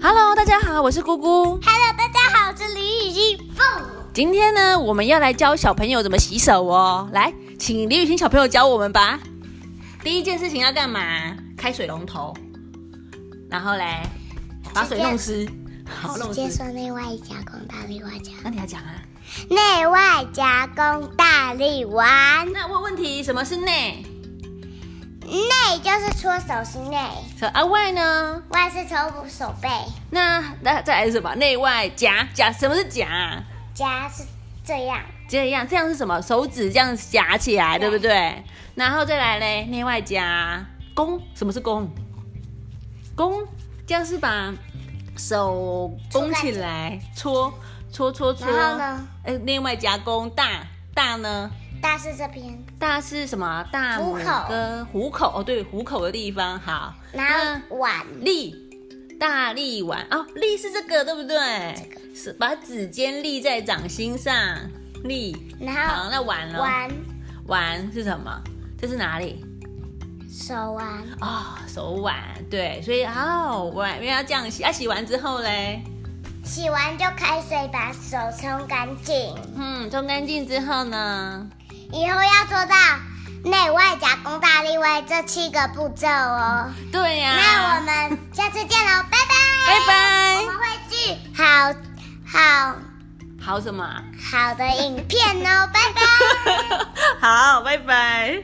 Hello，大家好，我是姑姑。 Hello，大家好，我是李雨欣。今天呢，我们要来教小朋友怎么洗手哦。来，请李雨欣小朋友教我们吧。第一件事情要干嘛？开水龙头，然后嘞，把水弄湿，好弄直接湿。说内外夹攻大力丸夹，那你要讲啊。内外夹攻大力丸，那问问题，什么是内？内就是搓手心内，什啊外呢？外是搓手背，那那再来是什么？内外夹夹，什么是夹啊？夹是这样，这样这样是什么？手指这样夹起来，对对不对？然后再来嘞，内外夹弓，什么是弓？弓这样是把手弓起来，搓搓搓搓。然后呢？呃，内外夹弓，大大呢？大是这边，大是什么？大虎拇口跟虎口哦，对，虎口的地方。好，然后碗力，大力丸哦，力是这个对不对？是把指尖立在掌心上，力。然好，后那碗呢？玩碗是什么？这是哪里？手玩，哦，手腕。对，所以好碗，因为要这样洗。啊，洗完之后嘞，洗完就开水把手冲干净，嗯，冲干净之后呢，以后要做到内外夹攻大力丸这七个步骤哦。对呀、那我们下次见喽，拜拜。拜拜我。们会去好好 好什么啊？好的影片哦，拜拜。好，拜拜。